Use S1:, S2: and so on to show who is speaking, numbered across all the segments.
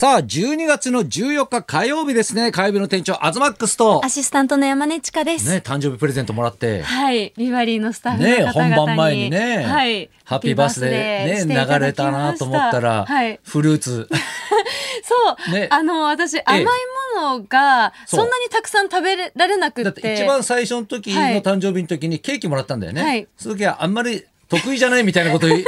S1: さあ、12月の14日火曜日ですね。火曜日の店長、アズマックスと
S2: ア、シスタントの山根千佳です。
S1: ね、誕生日プレゼントもらって、
S2: はい、ビバリーのスタッフの方
S1: ね、
S2: 々
S1: 本
S2: に
S1: 番前にね、
S2: はい、
S1: ハッピーバースデー、
S2: してい
S1: ね、
S2: た
S1: 流
S2: だ
S1: れ
S2: きました
S1: なと思ったら、
S2: はい、
S1: フルーツ、
S2: そう、
S1: ね
S2: あの私甘いものが
S1: そ
S2: そ
S1: うん
S2: なにたくさん食べられなく
S1: だ
S2: っ、
S1: ってて一番最初の時の
S2: はい
S1: 誕生日の時にケーキもらったんだよね。
S2: はい
S1: その時はあんまり得意じゃないみたいな こと言い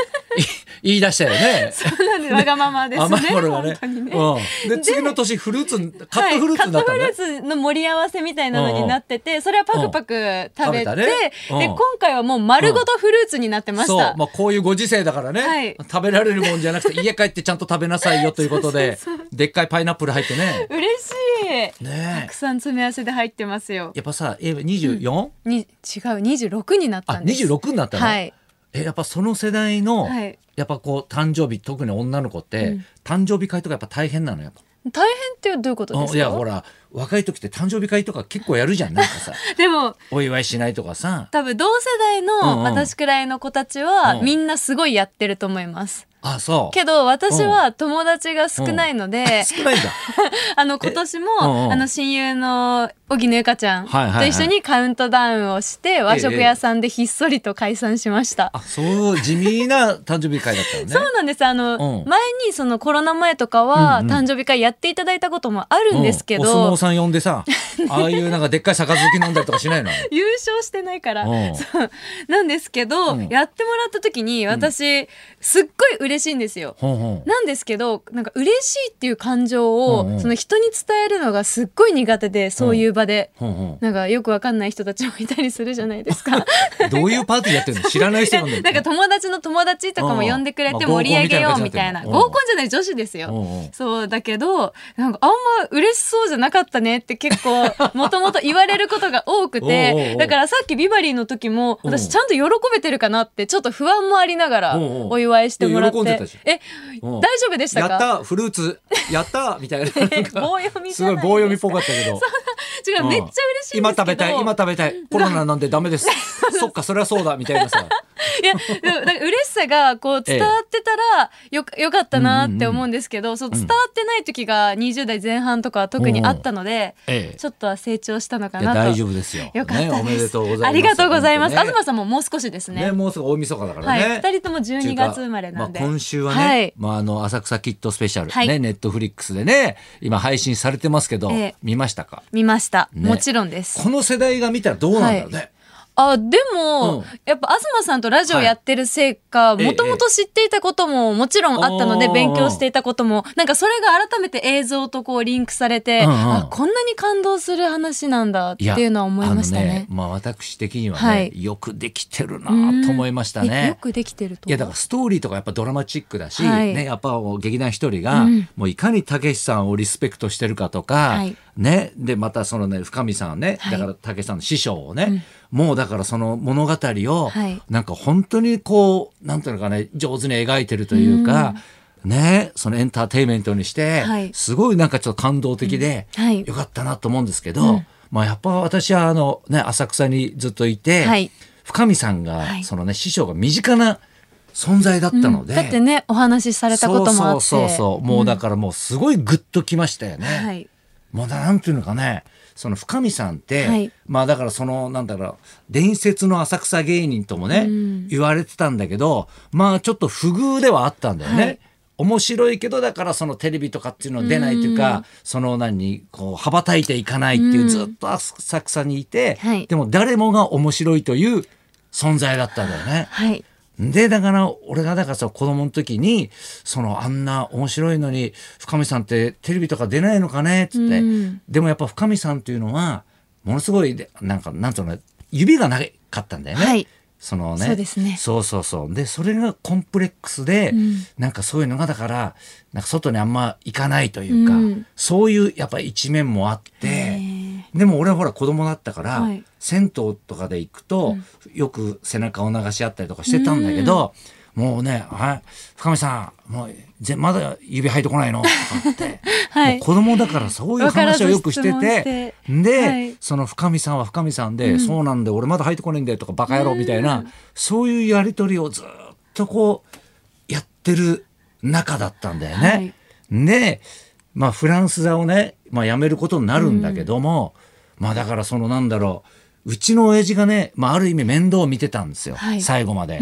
S1: 言い出したよね。
S2: そうなんですわがままですね。
S1: 甘いものが
S2: 本当にね。
S1: うん、で次の年フルーツカットフルーツになった
S2: は
S1: んだね
S2: いカットフルーツの盛り合わせみたいなのになってて、それはパクパク食べて、
S1: うん食べたねうん
S2: で今回はもう丸ごとフルーツになってました。
S1: そう、まあ、こういうご時世だからね、
S2: はい
S1: 食べられるもんじゃな くて家帰ってちゃんと食べなさいよということででっかいパイナップル入って ね
S2: 嬉しい。た
S1: ね
S2: くさん詰め合わせで入ってますよ。
S1: やっぱさえ 24?、
S2: に違う26になっ
S1: あ
S2: たんです。
S1: 26になったの、
S2: はい。
S1: えやっぱその世代の、
S2: はい
S1: やっぱこう誕生日特に女の子って、誕生日会とかやっぱ大変なのやっぱ。
S2: 大変ってどういうことです
S1: うん
S2: か。
S1: いやほら若い時って誕生日会とか結構やるじゃんなんか さ
S2: でも
S1: お祝いしないとかさ
S2: 多分同世代
S1: うんう
S2: の
S1: ん
S2: 私くらいの子たちは
S1: うん
S2: みんなすごいやってると思います。
S1: あそう
S2: けど私は友達が少ないので、
S1: 少ないんだ
S2: あの今年も、
S1: うんうん
S2: あの親友の荻野由香ちゃん
S1: はいはいはい
S2: と一緒にカウントダウンをして和食屋さんでひっそりと解散しました。
S1: あそう地味な誕生日会だったよね
S2: そうなんですあの、
S1: うん
S2: 前にそのコロナ前とかは誕生日会やっていただいたこともあるんですけど、
S1: うんお相撲さん呼んで さああいうなんかでっかい杯飲んだりとかし ないの
S2: 優勝してないから、
S1: うん
S2: そう なんですけど、
S1: うん
S2: やってもらった時に私、すっごい嬉しいんですよ。
S1: ほんほん
S2: なんですけどなんか嬉しいっていう感情を、
S1: うんうん
S2: その人に伝えるのがすっごい苦手でそういう場で、
S1: ほんほん
S2: なんかよくわかんない人たちもいたりするじゃないですか。
S1: どういうパーティーやってるの知らない人なんだよ、ね、
S2: なん か友達の友達とかも呼んでくれ
S1: う
S2: て
S1: んまあ
S2: 盛り上げようみたいな
S1: 合コンみたいな感じになってるのうん
S2: 合コンじゃない女子ですよ。
S1: うんうん
S2: そうだけどなんかあんま嬉しそうじゃなかったねって 結構もともと言われることが多く
S1: おうおうお
S2: て
S1: う
S2: だからさっきビバリーの時も
S1: うん
S2: 私ちゃんと喜べてるかなってちょっと不安もありながら
S1: おうおう
S2: お祝いしてもらって
S1: いや喜んでたじ
S2: え
S1: うん
S2: 大丈夫でした
S1: やった
S2: か
S1: ーフルー ツやったーみたいな
S2: え棒読 み
S1: す
S2: じゃな
S1: ご
S2: い
S1: い棒読
S2: ですか
S1: みっぽかったけど
S2: 違う
S1: うん
S2: めっちゃ嬉しいんですけど
S1: 今食べたい今食べたいコロナなんでダメです そっかそれはそうだみたいなさ
S2: いやでもなんか嬉しさがこう伝わってたらよかよかったなって思うんですけど、そう伝わってない時が20代前半とかは特にあったので、
S1: ええ
S2: ちょっとは成長したのか
S1: いや
S2: なと
S1: 大丈夫ですよ
S2: よかったです、
S1: ね、おめでとうございます
S2: ありがとうございます、
S1: 本当にね
S2: 東さんももう少しですね
S1: ねもうすぐ大晦日だから
S2: は
S1: ね、
S2: い、二人とも12月生まれなん
S1: って
S2: で、
S1: いうかまあ、今週はね、
S2: はい
S1: まあ、あの浅草キッドスペシャル、
S2: はい
S1: ねネットフリックスでね今配信されてますけど、
S2: ええ
S1: 見ましたか
S2: 見ました、
S1: ね
S2: もちろんです
S1: この世代が見たらどうなんだろうね、
S2: あでも、
S1: うん
S2: やっぱ東さんとラジオやってるせいか
S1: いええ
S2: もともと知っていたことももちろんあったの
S1: あ
S2: で
S1: ー
S2: 勉強していたこともなんかそれが改めて映像とこうリンクされて、
S1: うんうん
S2: あこんなに感動する話なんだっていうのは思いました
S1: あの
S2: ね。
S1: まあ、私的にはね、
S2: はい
S1: よくできてるな
S2: うん
S1: と思いました
S2: えよ
S1: ね。
S2: くできてると
S1: い
S2: 思
S1: や
S2: う
S1: だからストーリーとかやっぱドラマチックだし、
S2: はい
S1: ね、やっぱ劇団一人が、
S2: うん
S1: もういかにたけしさんをリスペクトしてるかとか、
S2: はい
S1: ね、でまたそのね深見さんね、
S2: はい
S1: だからたけしさんの師匠をね、もうだからその物語を、
S2: はい
S1: なんか本当にこうなんていうのかね上手に描いてるというか、ね、そのエンターテインメントにして、
S2: はい
S1: すごいなんかちょっと感動的で、
S2: うんはい
S1: よかったなと思うんですけど、まあやっぱ私はあの、ね、浅草にずっといて、
S2: はい
S1: 深見さんが、
S2: はい
S1: そのね師匠が身近な存在だったので、
S2: うんだってねお話しされたこともあって
S1: そうそうそうそうもうだからもうすごいグッときましたよね、
S2: はい
S1: もうなんていうのかねその深見さんって、
S2: はい
S1: まあだからそのなんだろう伝説の浅草芸人ともね、
S2: うん
S1: 言われてたんだけどまあちょっと不遇ではあったんだよね。
S2: はい
S1: 面白いけどだからそのテレビとかっていうの出ないというか、その何こう羽ばたいていかないっていう、
S2: うん
S1: ずっと浅草にいて、
S2: はい
S1: でも誰もが面白いという存在だったんだよね。
S2: はい
S1: でだから俺がだからさ子供の時にそのあんな面白いのに深見さんってテレビとか出ないのかねっつって、
S2: うん
S1: でもやっぱ深見さんっていうのはものすごいでなんかなんとの指が長かったんだよね。
S2: はい
S1: そのね
S2: そうですね
S1: そうそうそうでそれがコンプレックスで、
S2: うん
S1: なんかそういうのがだからなんか外にあんま行かないというか、
S2: うん
S1: そういうやっぱ一面もあっ
S2: え
S1: て。
S2: ー
S1: でも俺はほら子供だったから、
S2: はい
S1: 銭湯とかで行くと、よく背中を流し合ったりとかしてたんだけど、もうね「はい深見さんもうぜまだ指入ってこないの?」とかって、
S2: はい
S1: もう子供だからそういう
S2: わからず
S1: 話をよくして
S2: 質問して
S1: てで、
S2: はい
S1: その深見さんは深見さんで「そうなんで俺まだ入ってこないんだよ」とか「バカ野郎」みたいな、そういうやり取りをずっとこうやってる中だったんだよね。
S2: はい
S1: でまあ、フランス座をね、まあ、辞めることになるんだけども、まあだからそのなんだろううちの親父がね、まあ、ある意味面倒を見てたんですよ、
S2: はい
S1: 最後まで。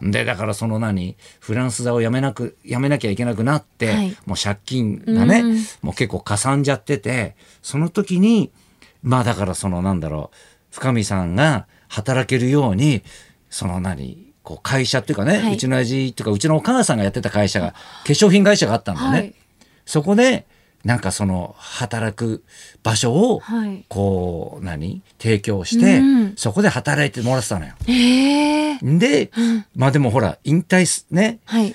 S1: でだからその何フランス座を辞めなく辞めなきゃいけなくなって、
S2: はい
S1: もう借金がね、
S2: うん
S1: もう結構かさんじゃっててその時にまあだからそのなんだろう深見さんが働けるようにその何こう会社っていうかね、
S2: はいう
S1: ちの親父とかうちのお母さんがやってた会社が化粧品会社があったんだよね。
S2: はい
S1: そこでなんかその働く場所を
S2: はい
S1: こう何提供して、
S2: うん
S1: そこで働いてもらってたのよ。
S2: ええ
S1: で、
S2: うん
S1: まあでもほら引退すね
S2: はい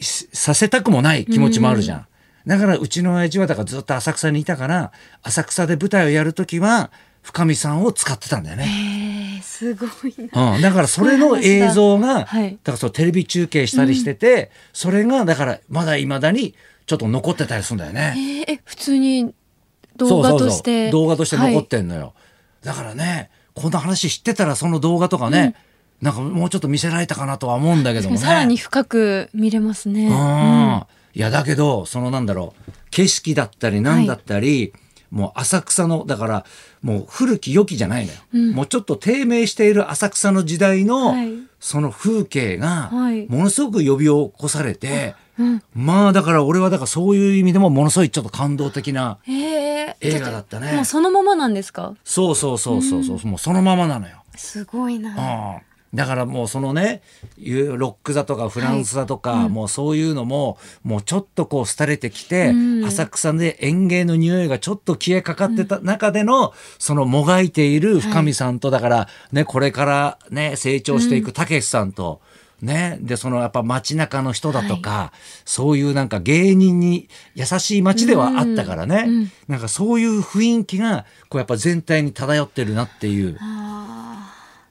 S1: しさせたくもない気持ちもあるじゃん。だからうちの親父はだからずっと浅草にいたから浅草で舞台をやるときは深見さんを使ってたんだよ
S2: え
S1: ね。
S2: えすごいな
S1: うん、だからそれの映像が、
S2: はい
S1: だからそうテレビ中継したりしてて、それがだからまだいまだにちょっと残ってたりするんだよね。
S2: えーえ普通に動画として
S1: 動画として残っ
S2: る
S1: てんのよ、だからねこんな話知ってたらその動画とかね、なんかもうちょっと見せられたかなとは思うんだけどもね
S2: さらに深く見れますね
S1: うん、
S2: うん
S1: いやだけどそのなんだろう景色だったりなんだったり、もう浅草のだからもう古き良きじゃないのよ、もうちょっと低迷している浅草の時代の、
S2: はい
S1: その風景が
S2: はい
S1: ものすごく呼び起こされて、
S2: うん
S1: まあだから俺はだからそういう意味でもものすごいちょっと感動的な
S2: ええ
S1: 映画だったね
S2: もうそのままなんですか
S1: そうそうそうそうそう、もうそのままなのよ。
S2: すごいな
S1: うん、だからもうそのねいうロック座とかフランス座とか、もうそういうのももうちょっとこう廃れてきて、
S2: うん
S1: 浅草で園芸の匂いがちょっと消えかかってた中での、そのもがいている深見さんと、だからねこれからね成長していくたけしさんと。ね、でそのやっぱ街中の人だとか、そういうなんか芸人に優しい街ではあったからね、
S2: うんうん
S1: なんかそういう雰囲気がこうやっぱ全体に漂ってるなっていう
S2: あ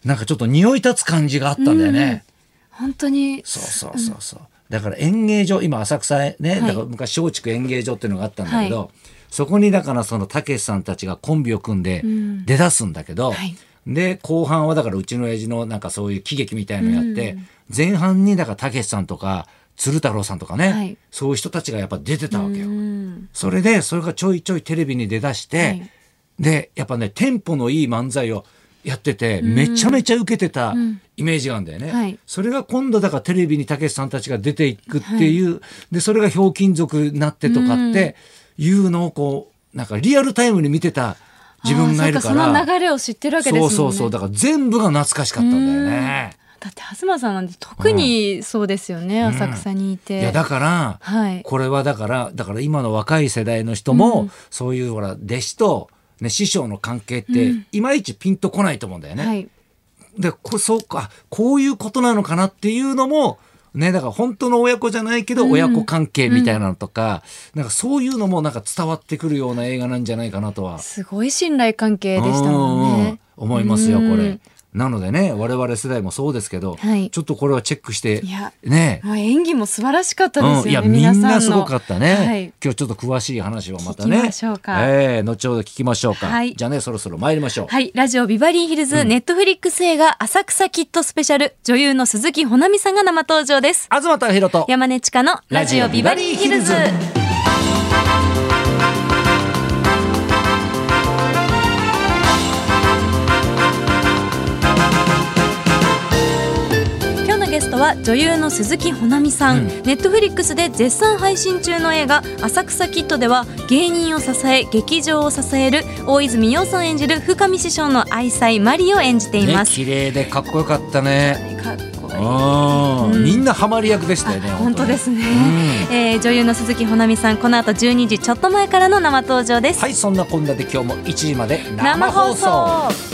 S1: なんかちょっと匂い立つ感じがあったんだよね。
S2: ー本当に
S1: そうそうそうそう。だから演芸場今浅草へね、だから昔松竹演芸場っていうのがあったんだけど、
S2: は
S1: そこにだからそのたけしさんたちがコンビを組んで
S2: ん
S1: 出だすんだけど、
S2: はい
S1: で後半はだからうちの親父のなんかそういう喜劇みたいのやって、前半にだからたけしさんとか鶴太郎さんとかね、
S2: はい
S1: そういう人たちがやっぱ出てたわけよ。
S2: うん
S1: それでそれがちょいちょいテレビに出だして、
S2: はい
S1: でやっぱねテンポのいい漫才をやっててめちゃめちゃ受けてた
S2: ん
S1: イメージがあるんだよね、
S2: はい
S1: それが今度だからテレビにたけしさんたちが出ていくっていう、でそれがひょうきん族になってとかっていうのをこうなんかリアルタイムに見てた自分がいるか
S2: あーそっ
S1: ら
S2: その流れを知ってるわけです
S1: そ
S2: もん
S1: う
S2: ね
S1: そうそうだから全部が懐かしかったんだよね。
S2: だって東さんなんて特にそうですよね、
S1: ん
S2: 浅草にいて
S1: いやだから、
S2: はい
S1: これはだからだから今の若い世代の人も、
S2: うん
S1: そういうほら弟子と、ね、師匠の関係って、いまいちピンとこないと思うんだよね。
S2: はい
S1: でこそうかこういうことなのかなっていうのもねだから本当の親子じゃないけど親子関係みたいなのとか、なんかそういうのもなんか伝わってくるような映画なんじゃないかなとは
S2: すごい信頼関係でしたもん
S1: う
S2: ね
S1: ん思いますよ
S2: う
S1: こ
S2: ん
S1: れ。なのでね我々世代もそうですけど、
S2: はい
S1: ちょっとこれはチェックして
S2: いや
S1: ね
S2: あ演技も素晴らしかったですよね、
S1: いやみん
S2: 皆さんの
S1: なすごかったね、
S2: はい
S1: 今日ちょっと詳しい話はまたね
S2: 聞きましょうか
S1: ええ後ほど聞きましょうか、
S2: はい
S1: じゃあねそろそろ参りましょう、
S2: はい、ラジオビバリーヒルズ、ネットフリックス映画浅草キッドスペシャル、女優の鈴木保奈美さんが生登場です。
S1: 東隆弘と
S2: 山根千佳のラジオビバリーヒルズ。今日のゲストは女優の鈴木保奈美さん、
S1: うん
S2: ネットフリックスで絶賛配信中の映画「浅草キッド」では芸人を支え劇場を支える大泉洋さん演じる深見師匠の愛妻マリを演じてい
S1: ね
S2: ます、
S1: 綺麗でかっこよかったね
S2: かっこいい
S1: あ
S2: う
S1: ー
S2: ん
S1: みんなハマり役でしたよね。
S2: 本当です
S1: ね。
S2: ね、
S1: う
S2: えー女優の鈴木保奈美さんこの後12時ちょっと前からの生登場です、
S1: はい、そんなこんなで今日も1時まで
S2: 生放送